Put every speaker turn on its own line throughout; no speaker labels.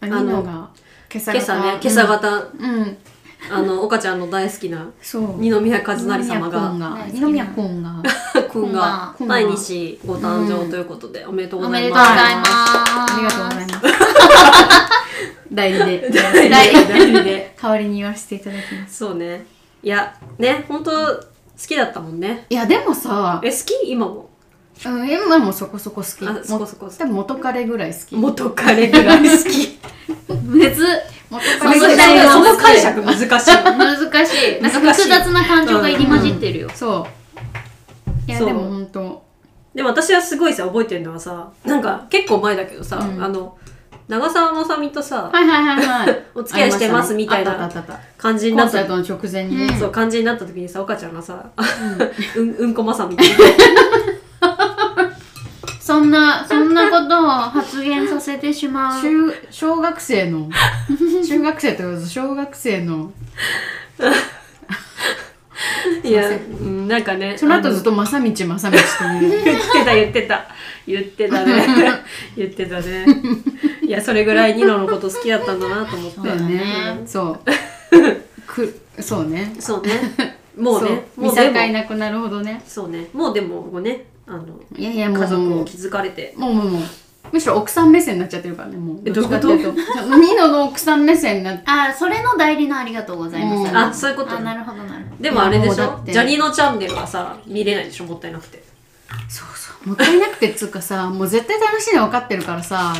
あニーナが今朝
今朝ね今朝方、
うん、うん
あの岡ちゃんの大好きな
そう
二宮和也様が
二宮コー ンが
くんが
こんが
毎日ご誕生ということで、おめでとうご
お
ざ
めで
い
とう
ま
ご
す。
ざいます。
ありがとうございます代理で
代理で代理で
代わりに言わせていただきます
そうね。いや、ね、本当好きだったもんね。
いやでもさ、
え、好き今も。
うん、今もそこそこ好き
あそこそこ好き
多分元彼ぐらい好き
元カレぐらい好 き。
別、
元
その
の
彼ぐ
時
ら
代
い
は
そ
好き
の解釈難しい。
難しい。なんか複雑な感情が入り混じってるよ。
そういや
そう
でも本当
でも私はすごいさ、覚えてるのはさ、なんか結構前だけどさ、
うん
あの、長澤まさみとさ、
はいはいはい はい
お付き合いしてますみたい
あっ
な
たあったあったあっ
感じ
た
に
コ
な
ン
っ
サ
た
ートの直前にね、
うん
そう、感じになった時にさ、岡ちゃんがさ、うん、うんこまさみ たいな。
そんな、そんなことを発言させてしまう。
中小学生 の中学生ということ小学生の
いや、うんなんかね。
その後ずっと正道正道ってね
言ってた言ってた言ってたね 言ってたねいやそれぐらいニノのこと好きだったんだなと思って
そうだねそう くそうね
そうねもうね
そう見
もう
境
でも
なくなるほどね
そうねもうでももうねあの
いやいやもう
家族
も
を
う
築かれて
もうもうもうむしろ奥さん目線になっちゃってるからねもう
えどういうこと
どっちかって いうとニノの奥さん目線になって
あ、それの代理のありがとうございます。
うん
あそういうこと
あ、なるほどなるほ
でもあれで
い
し
やもうだ
ょ
って
ジャニーのチャンネルはさ見れないでしょもったいなくて
そうそうもったいなくてっつうかさもう絶対楽しいの分かってるからさ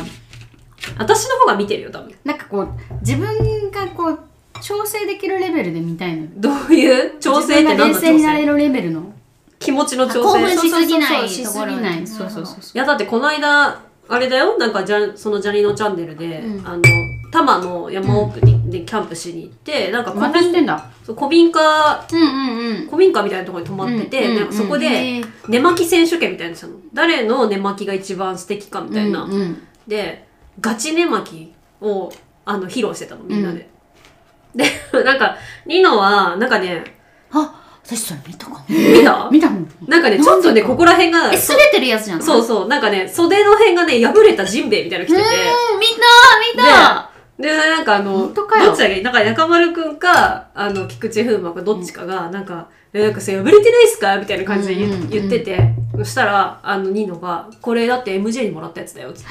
私の方が見てるよ多分
なんかこう自分がこう調整できるレベルで見たいの
どういう調整って
自分が
何
冷
の調
静になれ
整
るレベルの
気持ちの
ど。
調
興
整
奮
い
しすぎない
し
と
す
ころ
ぎ
に
ないそうそうそうそう
やだってこの間あれだよなんかジャそのジャニーのチャンネルで、
うん
あの多摩の山奥に、でキャンプしに行ってなんか
またしてんだ
そう古民家
うんうんうん
古民家みたいなところに泊まってて、
うんうん
なんかそこで
えー
寝巻き選手権みたいなのしたの誰の寝巻きが一番素敵かみたいな、
うんうん
でガチ寝巻きをあの披露してたのみんなで、でなんかニノはなんかね
あ、私それ見たかも。
見た
見たもん
なんかねちょっとねここら辺が
え、すれてるやつじゃない。
そううそうなんかね袖の辺がね破れたジンベエみたいなの着てて
うん、見た、見
で
た。
で、なんかあの、
本
ど
当
っ
かよ
ちだっけなんか中丸くんか、あの、菊池風磨かどっちかが、なんか、え、なんかそれ破れてないっすかみたいな感じで言,、
うんうんうん
言ってて、そしたら、あの、ニノが、これだって MJ にもらったやつだよ、つって。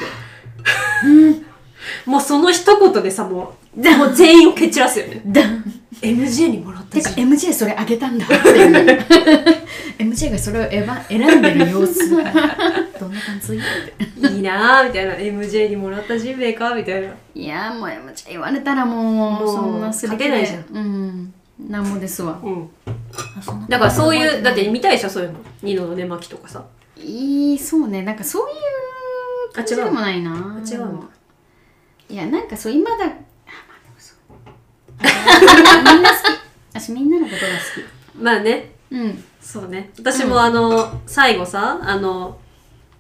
もうその一言でさ、もう、もう全員を蹴散らす よね。
だ
MJ にもらった
て
や
か
つ。
MJ それあげたんだっていう MJ がそれを選ば選んでる様 子どんな感じ
いいなぁ、みたいな。MJ にもらったジンベエかみたいな。
いやーもう MJ 言われたらもう
もう
そんなすり切れ
勝てないじゃん
うんなんもですわ
うん。
あそんな
だからそういう、だって見たいでしょ、そういうの。ニノの寝巻きとかさ。
いいそうねなんかそういう感じでもないな
あ違うあ違うの
いやなんかそう今だあ まあでもそうみんな好き私みんなのことが好
まあね、
きうん
そうね私もあの、最後さあの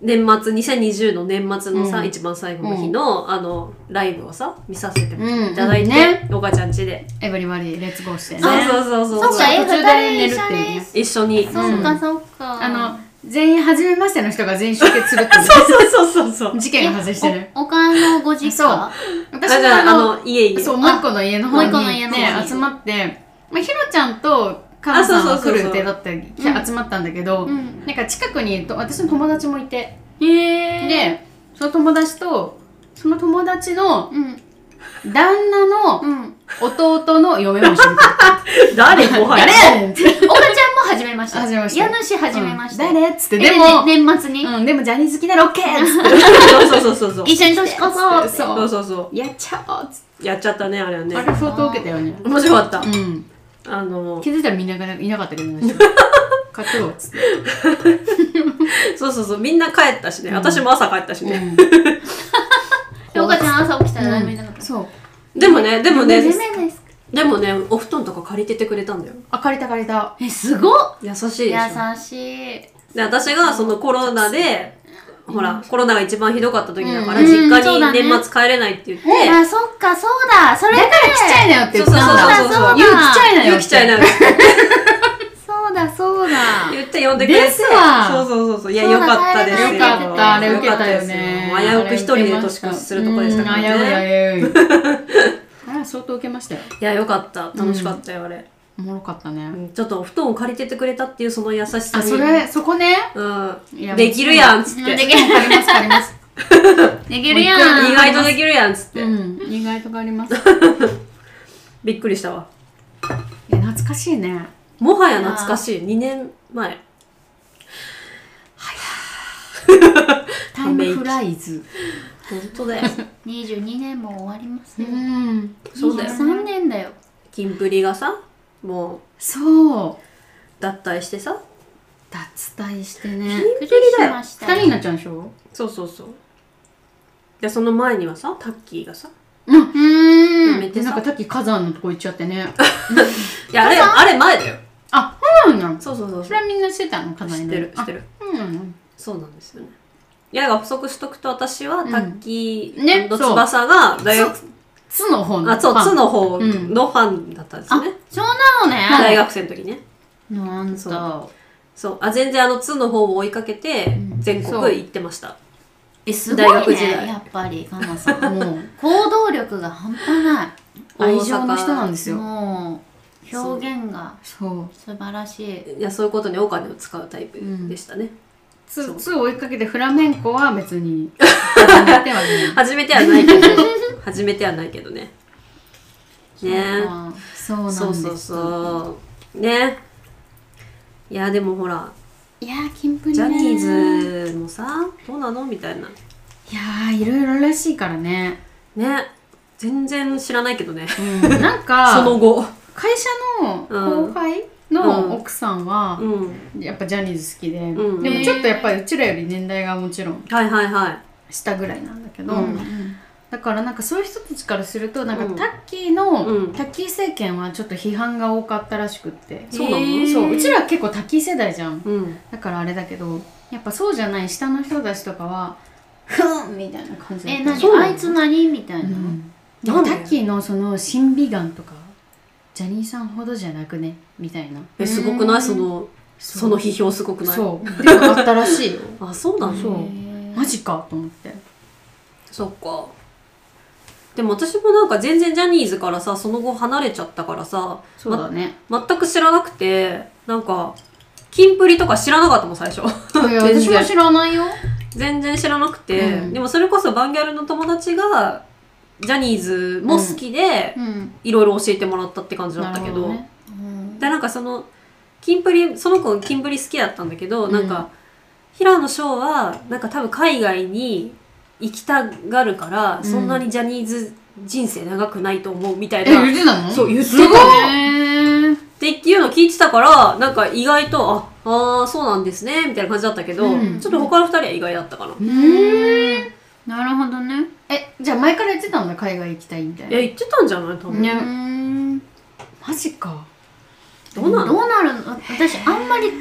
年末2020の年末のさ、
うん
一番最後の日の、あのライブをさ見させて
うん
いただいて、
うんね
おばちゃん家で、
エブリバディレッツゴーしてね
そうそうそうそう
そうか
途中で寝るっていうね
一緒にそう
そっか、そっか。
あの、全員初めましての人が全員集結するって いうね
そうそうそう
事件が発生してる
おおかんのご実
そう
家
あ
私
じ
も
ゃ
あ
ああ
の
の家々
そうもう一個の家の方
もう一個の
に、
家の
ね
方、に
集まって、まあ、ひろちゃんとカナさん
あ
は
そ
来
うそうそうそう
る予定だったり
う
集まったんだけど、
うん
なんか近くにと私の友達もいて、
へ
でその友達とその友達の
うん
旦那の
うん
弟の嫁も一緒に来る
誰もはや
誰やねんって
おばちゃんも始めました
始めました
家主始めました、
うん誰っつって
え
でも、
ね年末に、
うん、でもジャニーズ好きなら OK っつって
そうそうそうそう
一緒に年越そうって
そ
そう
う
そうそ
やっちゃおうっつっ
うやっちゃったねあれは
て
ね
あれ相当受けたよね
面白かった、
うん
あの
気づいたらみんながいなかったけど ね買ってよっつって
そうそうそうみんな帰ったしね、私も朝帰ったしね、
でおばちゃん朝起きたら何もいなかった、
そう
でもねでもね
夢ですか
でもねお布団とか借りててくれたんだよ
あ借りた借りた
えすごっ
優しいでしょ
優しい
で私がそのコロナで、ほらコロナが一番ひどかった時だから、
うん
実家
そうだ
に
ね
年末帰れないって言って、
あそっかそうだそれで
だから来ちゃいなよって
そ
言
う
っただ
そうんそうそう
そうだそうだ
言う
来ちゃいなよ
言う来ちゃいなよ
そうだそうだ
言っって呼んでくれて。
ですわ
そうそうそうそう。いや、
そう
よ
だ
かったです
よか
ったあれ受けたよ
よかっ
ね
たです危うく一人で年越しするとこでした
うん
か
あ
ら
やうや
ね。
やう あれ相当受けましたよ
いや、よかった。楽しかったよ、あれ。
おもろかった
う
ね
んちょっとお布団を借りててくれたっていうその優しさ
あ
に。
それそこねい
うん。
や
できるやんっつっ
う
て。
ん
意
できる借ります借りますできるやん
外とできるやんっつって。
うん意外と借ります
びっくりしたわ。
え懐かしいね
もはや懐かしい。2年前。
タイムフライズ
本当だよ。
22年も終わります
よ
うん
そうだよ
3年だよ
キンプリがさ、もう
そう
脱退してさ。
脱退してね
キンプリだよ。
し
二人になっちゃうんでしょ
そうそうそう。で、その前にはさ、タッキーがさ、
うん
やめて
でなん
さ
か。さっき火山のとこ行っちゃってね
いや、あれ、あれ前だよ。
あそうなの
そうそうそう
そ
そ
れはみんなしてたの火
う。
山
知
に
っ
な
てる、知って
る
る。
あそうなの
そうなんですよね。いや、だから補足しとくと、私は、タッキ
うんね
ーと翼が、大学、
つの方の
あ、そう、つの方
うん
のファンだったんですね。
そうなの
大
ね
学生の時ね。
なん
そ
と
そう。あ、全然あの、つの方を追いかけて、
ん
全国行ってました。
えすご
大
い
学時
ね
代
やっぱりカナさん
パンもう
行動力が半端な
愛情の人なんです
い
よ
もう表現が
そう
素晴らしい
いや、そういうことにお金を使うタイプでしたね。
つつを追いかけてフラメンコは別 に始めてはね
初めてはない けど、初めてはないけどね。ね
あ
そうなんです
そうそうそう。ねいや、でもほら、
いやー金粉ね
ジャニーズもさ、どうなのみたいな。
いやーいろいろらしいからね、
ね全然知らないけどね。
うん、なんか
その後。
会社の後輩の奥さんは
う、ん。
やっぱジャニーズ好きで、
うん
でもちょっとやっぱりうちらより年代がもちろん
はいはいはい。
下ぐらいなんだけど、
うん
だからなんかそういう人たちからするとなん
うん
かタッキーの、
うん
タッキー政権はちょっと批判が多かったらしくって
そうなの
そううちら結構タッキー世代じゃん
うん。
だからあれだけどやっぱそうじゃない下の人たちとかはふーんみたいな感じだっ
え
た
何
そうな
あ
の
いつ何みたいな、
うんで
なん
も
で
タッキーのその審美眼とかジャニーさんほどじゃなくねみたいな
え、すごくないその、その批評すごくない
そうっていうのがあったらし いよ
あ、そうなの
そう
へー
マジかと思って
そっか。でも私もなんか全然ジャニーズからさ、その後離れちゃったからさ、
そうだね、
全く知らなくて、なんか、キンプリとか知らなかったもん、最初。
いや私も知らないよ
全然知らなくて、
うん
でもそれこそバンギャルの友達が、ジャニーズも好きで、
うん
いろいろ教えてもらったって感じだったけ
なる
ど、
ほどね
うん
でなんかそのキンプリその子キンプリ好きだったんだけど、なんか平野翔はなんか多分海外に行きたがるから、
ん
そんなにジャニーズ人生長くないと思うみたい
え言っ
な。
てたの
そう言ってた
すごい
っていうのを聞いてたからなんか意外とああーそうなんですねみたいな感じだったけど、
うん
ちょっと他の2人は意外だったかな。
う
うんんなるほどね
えじゃあ前から言ってたんだ海外行きたいみたい
いや
な
言ってたんじゃない多分、
ね
うん
マジか
どうな
ど
の
うなるの私あんまり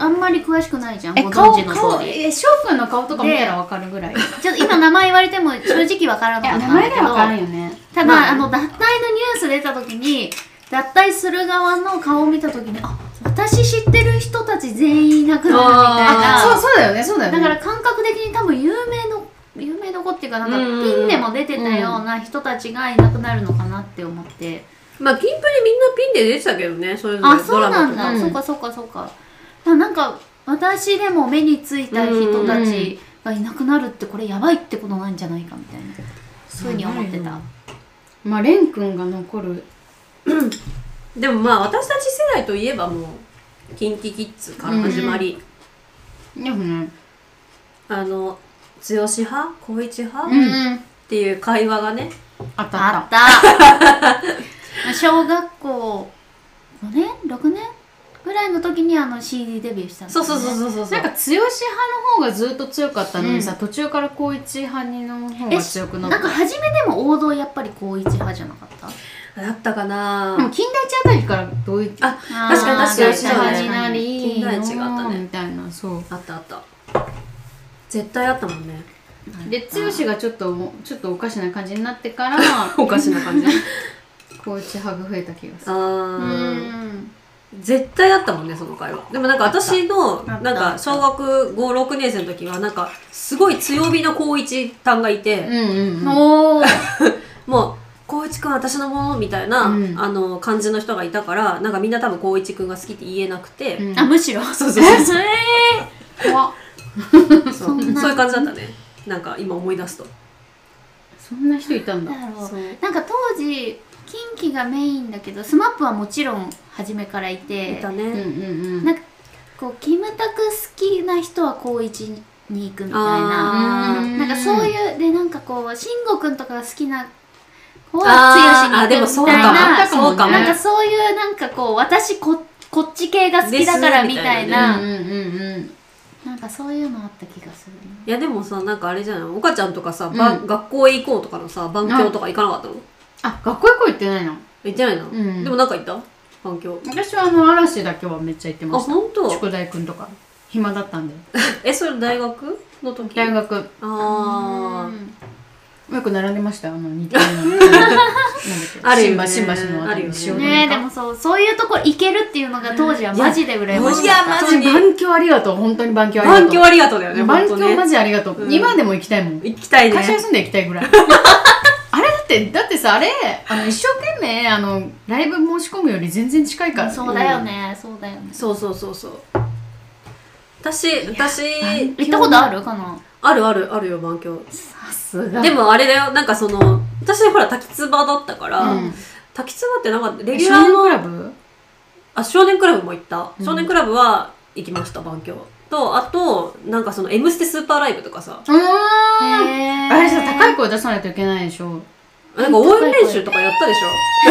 あんまり詳しくないじゃん
え
ご存
顔
知の
顔
通り
え翔くんの顔とか見たらわかるぐらいい
ちょっと今名前言われても正直わからなか
や
った
名
んだ
前
け
ではわ
ど
からんよね
ただ、
まあね
あの脱退のニュース出た時に脱退する側の顔を見た時にあ私知ってる人たち全員いなくなるみたい
あ
そ
な
うそうだよねそうだよね
だから感覚的に多分有名の有名どこっていうかなんか
うんうんうん
ピンでも出てたような人たちがいなくなるのかなって思って、
まあキンプリみんなピンで出てたけどねそれぞ
あ
れ
そ
ド
う
ラ
な
マ
ん
と
だ、
か。
うん
そうかそうかそうかだからなんか私でも目についた人たちがいなくなるってこれやばいってことなんじゃないかみたいなそういうふうに思って
やばい
た
よまあ蓮くんが残る
でもまあ私たち世代といえばもうキンキキッズから始まり、
でもね
あの剛派光一派、
う
っ
ん
ていう会話がね
あったあっ
あっ た小学校5年6年ぐらいの時にあの CD デビューしたんだ
そ
よ
うそ
ね
うそうそうそう
たなんか剛派の方がずっと強かったのにさ、
う
途中から光一派の方
え
が強くな
な
っ
んか
た
初めでも王道やっぱり高一派じゃなかった
だったか
でも
な
金田一あたりからどうい
あ確かに
あー
確かに
剛派に
そう
なり
金田一があったね
みたいなそう
あったあった絶対あったもんね
で剛がちょっともちょっとおかしな感じになって から
おかしな感じ
光一派が増えた気がする
あ
う
ー
ん
絶対あったもんねその会話でもなんか私の
たあ
な
った
んか小学56年生の時はなんかすごい強火の高一さんがいて、
うんうん
おー
もう「高一くん私のもの」みたいな、
うん
あの感じの人がいたからなんかみんな多分高一くんが好きって言えなくて、
うん
あむしろ
そうそうそう
えー怖っ
そ
そん
う
な
そういう感じだったねなんか今思い出すと
そんな人いたんだ
なんだろう
そう
なんか当時近畿がメインだけどスマップはもちろん初めからいて
いた
うん
ね、
うんう
なんんかこうキムタク好きな人は高一に行くみたいな
あ
ー
なんかそういうでなんかこう慎吾くんとかが好きな子
あーあ
は
でも
剛に行く
そう
みたい
かも
あ
な
ったかもね
そうかも
なんかそういうなんかこう私ここっち系が好きだからみたいな
うんうんうん
なんかそういうのあった気がするない
やでもさなんかあれじゃないおかちゃんとかさ、ば学校へ行こうとかのさ番狂とか行かなかったの
あ学校行こう行ってないの
行ってないの、
ん
でもなんか行った番狂
私はあの嵐だけはめっちゃ行って
あ
ました
本当
宿題くんとか暇だったんで
えそれ大学の時
大学よ
あー
く並んでましたあの日程のな んだっけ
あるよね
新橋新橋の
あるよね
塩
ね
谷
えで
か
もそうそういうとこ行けるっていうのが当時はマジで羨まし
い
か
や
った
マ
マ
ジ
ジ
に
番狂ありがとう本当に番狂あり
番
がとう
狂ありがとうだよね
番
本当
狂マ
ね
ジありがとう、
うん
今でも行きたいもん
行きたいね
会社休んで行きたいぐら いあれだってだってさあれあの一生懸命あのライブ申し込むより全然近いから
そうだよねそうだよね
そうそうそうそう私私
行ったことあるかな
あるあるあるよ番狂
さすが
でもあれだよなんかその私ほら滝つばだったから、
うん
滝つばってなんかレギュ
少
ラー
年ク
の
ラブ
あ少年クラブも行った
うん
少年クラブは行きました番狂とあとなんかその「M ステ」スーパーライブとかさ
うーん
へ
あれさ高い声出さないといけないでしょ
なんか応援練習とかやったでしょ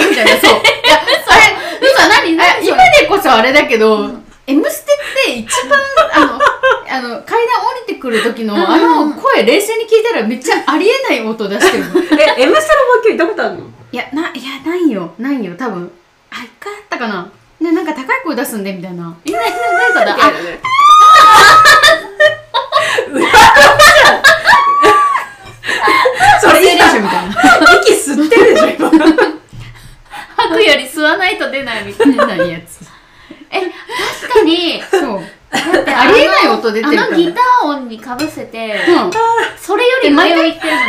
み たいな、そう。いや、あれ、今、何、何、今でこそあれだけど、M ステって一番、あの、あの、階段降りてくる時の、あの声、冷静に聞いたらめっちゃありえない音出してるの。い
え、M スタの番狂行ったことあるの
や、な、いや、ないよ、ないよ、多分。あ、一回あったかな。ね、なんか高い声出すんで、みたいな。いや、いやないから、あ、
ね。そ
それ
れ
いいでし
今
ょ、みたいな。
息吸ってるでしょ 今。
吐くより吸わないと出ないみたい
変ないやつ。
え 確かに
そう。
だって
ありえない音出てるから
あのギター音にかぶせて
うん。
それより前を言ってるの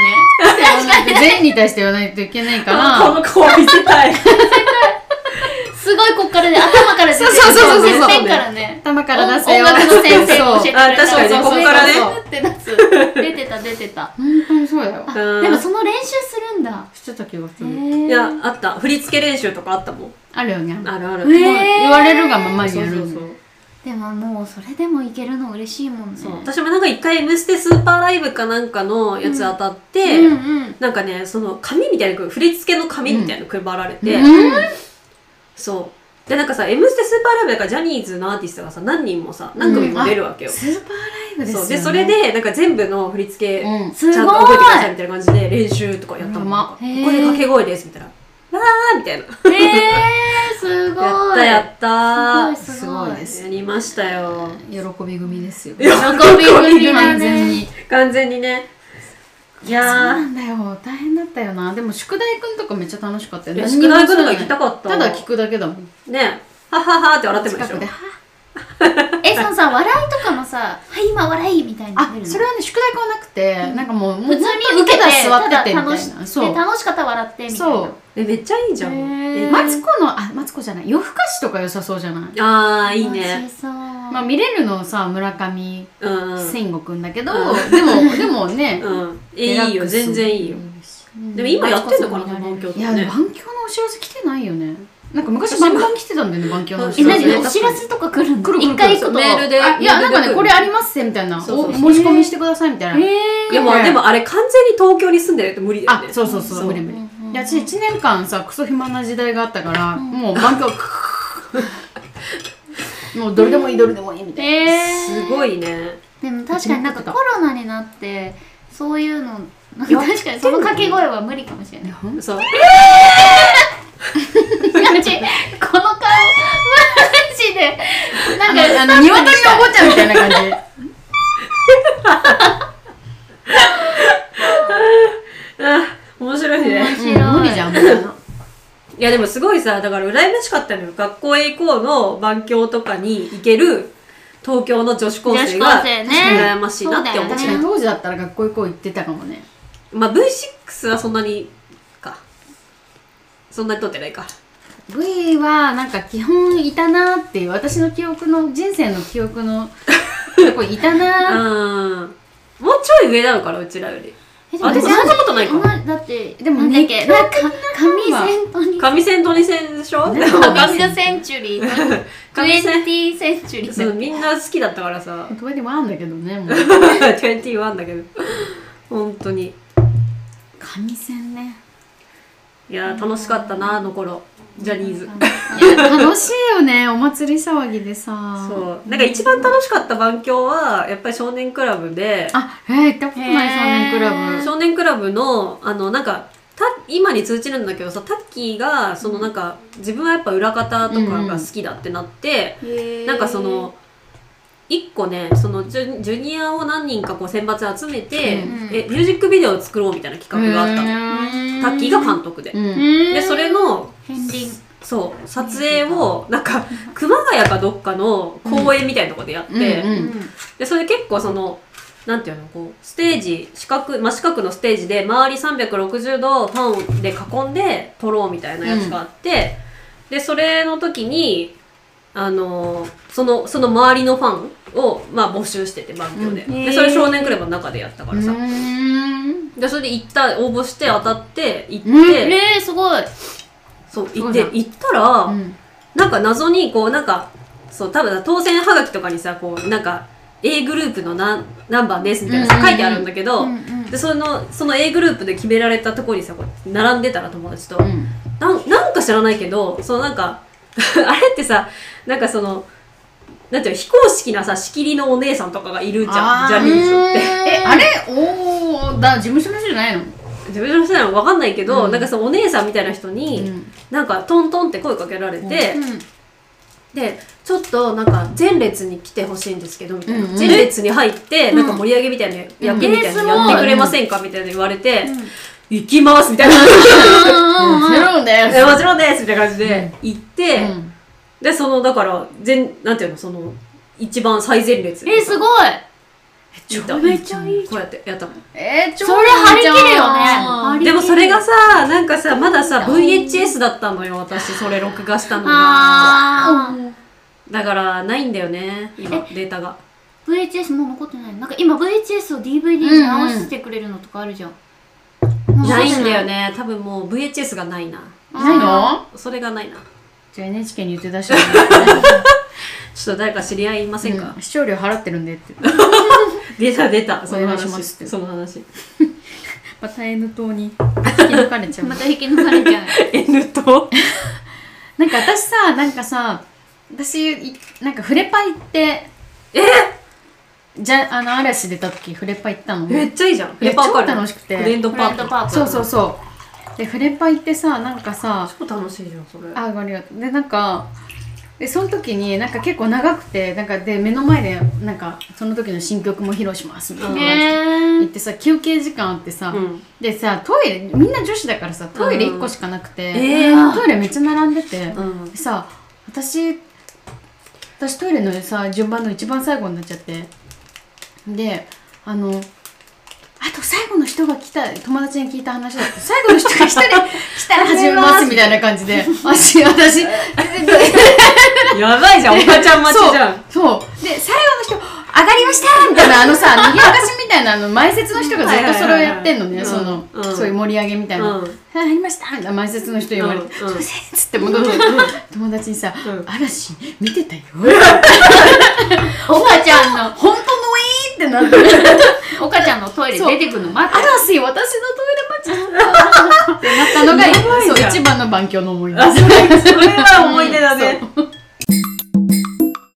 ね
全員に対して言わないといけないか
こ
ら。
の顔見せたい。
すごいこっからで頭から出てる
そうそうそうそうそう
先生からね
頭か
音
ら出せ
音
よ。
楽の先生
そう
教えてくれた
あ確かにね
そうそう
ここからね
そうって出す出てた出てた
本当にそうだよ。
うん
でもその練習するんだ
してた気がする。
へ
い
ー
や、あった。振り付け練習とかあったもん。
あるよね。
あるあ
う
る。
えん
もう言われるがままにやるの。
でももうそれでもいけるの嬉しいもんね
そう私もなんか一回「M ステ」スーパーライブかなんかのやつ当たって、
うんうん
なんかねその紙みたいな振り付けの紙みたいなの配られて、
うん
そうでなんかさ「M ステ」スーパーライブだからジャニーズのアーティストがさ何人もさ何組も出るわけよ、
スーパーライブですよ、
そう
ね。
でそれ、でなんか全部の振り付け
うん。
すご
ち
い
ゃんと覚えてくださいみたいな感じで練習とかやったもん
うま
ここで掛け声ですみたいな「わー」みたいな
へえすごい
やったやったー
すごい
す
すごい
ごいです
やりましたよ
喜び組ですよ。
喜び組だ
完全
ね
に。
完全にねい
そう
や
な
ー
んだよ。大変だったよな。でも宿題くんとかめっちゃ楽しかったよ
い
ね。
や宿題くんとか行きたかった
ただ聞くだけだもん。
ねはははって笑ってもいい
近くで。
でしょ
は
えそのさ笑いとかもさ「はい今笑い」みたいな
あ
の出る、の
それはね、宿題くんはなくて、なんかもう、もう
普通に受けて
本当にただ座っててみ
ただ
た
楽し
いな。
で
そう。
楽しかったら笑ってみたいな
そう。
えめっちゃいいじゃん
へー
え
マツコの、あ、マツコじゃない。夜更かしとか良さそうじゃない
あーいい
楽
ね
しそう
まあ見れるのさ、村上
うんうん
千吾くんだけど、
うん
でも、でもね、
うんえいいよ全然いいよ
うん
でも今やってんのかな
マツコさんも
東京
見られる
と
いや、
かね
番狂のお知らせ来てないよね。なんか昔バンバン来てたんだよね、番狂のお
知
知
え
ら
らせ
せ。
何
い
お知らせとか来るの
来る来る
一回行くと
メールで
や、なんか
メールで来
ね、
る
これありますってみたいな。
そうそう
お
そう
申し込みしてくださいみたいな。
えー
いやまあでもあれ完全に東京に住んでると無理だよ
あ
ね、
そうそうそう、無理無理。いや、私1年間さ、クソ暇な時代があったから、もう番狂、クー もうどれでもいい、どれでもいいみたい
えー
すごいね
でも確かになんかコロナになってそういうのなんか確かにその掛け声は無理かもし れない
な。本
そう
ガチこの顔マジでなん か
あの、鶏のお坊ちゃんみたいな感じ。
あ面白いね
面白い
無理じゃん、みたいな。
いやでもすごいさだから羨ましかったのよ学校へ行こうの番響とかに行ける東京の女子高
女
生
子
が
高生ね
羨ましいなって思っ
確
ち
か
ゃう
に当時だったら学校行こう行ってたかもね
まあ V6 はそんなにかそんなに撮ってないか
V はなんか基本いたなっていう私の記憶の人生の記憶 のこれいた
う
なー
んもうちょい上なのかなうちらより
え
あでもそんなことないか
お前だって
でも
なんだっけ
日記
なんか紙線と
上線と
に
二線でし ょでも
紙のセンチュリーと
紙線
20センチュリ
そう
ー
みんな好きだったから さ
止めてもあんだけどねもう
21だけど本当に
神戦ね
いやー楽しかったなあの頃ジャニーズ
いや楽しいよねお祭り騒ぎでさ
そうなんか一番楽しかった番響はやっぱり少年クラブで
あえー、行ったことない少年クラ
へ
ブ
少年クラブのあのなんかた今に通じるんだけどさタッキーがそのなんか自分はやっぱ裏方とかが好きだってなって、なんかその一個ねそのジュジュニアを何人かこう選抜集めて、
うん
えミュージックビデオを作ろうみたいな企画があったの、タッキーが監督で、
うん、うん
で
で
それの
片鱗
そう撮影をなんか熊谷かどっかの公園みたいなとこでやって、
うんうん
でそれ結構そのなんていうのこうステージ四角真四角のステージで周り360度ファンで囲んで撮ろうみたいなやつがあって、でそれの時にあのそのその周りのファンを、まあ、募集してて番組で,、
う
でそれ少年クラブの中でやったからさ、
うん
でそれで行った応募して当たって行って、
うん
えー、すごい
そう
ご
行
い
って
な
行ったら、
うん
なんか謎にこうなんかそう多分当選はがきとかにさこうなんか A グループの何何番ですみたいな
うん
さ
うんうん
書いてあるんだけど、
うんうん
でそのその A グループで決められたところにさこう並んでたら友達と、
うん
なんなんか知らないけどそのなんか あれってさなんかそのなんていうの非公式なさ仕切りのお姉さんとかがいるじゃ
あー
んジャニーズって。
えあれおおだ事務所の人じゃないの
自分の人なの分かんないけど、
うん
なんかそのお姉さんみたいな人に、
うん
なんかトントンって声かけられて、でちょっとなんか前列に来てほしいんですけどみたいな、
うんうん
前列に入ってなんか盛り上げみたいな役みたいなのやってくれませんかみたいなの言われて、行きますみたいな
もちろんで
えもちろんですみたいな感じで行って、
うん
でそのだから前なんていうのその一番最前列
えー、すごい
ごいめっちゃいいこうやってやったの
えー、
それ張り切るよね張り切
で
る
もそれがさなんかさまださ VHS だったのよ私それ録画したのが
あー
だからないんだよね今データが
VHS もう残ってないなんか今 VHS を DVD に直してくれるのとかあるじゃん、もう
ないんだよね多分もう VHS がないな
ないの
それがないな
じゃあ NHK に言って出 してもらっ
ちょっと誰か知り合いませ
て
ん
ね
か、
うん視聴料払ってるん でって
出た出たその
お願いしますっ
話
て
その話
また N 党に引き抜かれちゃう
また引き抜かれ ちゃう
N と
なんか私さなんかさ私いなんかフレパ行ってえじゃあの嵐出た時フレパ行ったの
めっちゃいいじゃん
いや
レパーカル
超楽しくて
フレンド
フ
パ
レン
ー
ド
ク
パーク
そうそうそうでフレパ行ってさなんかさ
超楽しいじゃんそれ
あありがとうでなんかでその時になんか結構長くてなんかで目の前でなんかその時の新曲も披露しますみたいな、
ね
行ってさ休憩時間あってさ、
うん
でさトイレみんな女子だからさトイレ1個しかなくて、
うんえー
トイレめっちゃ並んでて、
うん
でさ私私トイレのさ順番の一番最後になっちゃってであのあと最後の人が来た友達に聞いた話だって最後の人が一人来たら始めますみたいな感じ で私私
やばいじゃんおばちゃん待ちじゃん
そうそうで最後の人「上がりました!」みたいなあ のさ賑やかしみたいなあの前説の人がずっとそれをやってんのね
はい
そ
はいはい
の、
うんうん
そういう盛り上げみたいな
うん
「あありました!」みたいな前説の人言われて「すい
うん
ま
うん
せん」っつって戻って友達にさ
うん
「嵐見てたよ」
おかちゃんの
本当のえーってな って
おかちゃんのトイレ出てくるの待って
嵐私のトイレ待ちだったってなったのが
やばいじゃん
そう一番の番狂の思い出
あそれそれは思い出だね
そ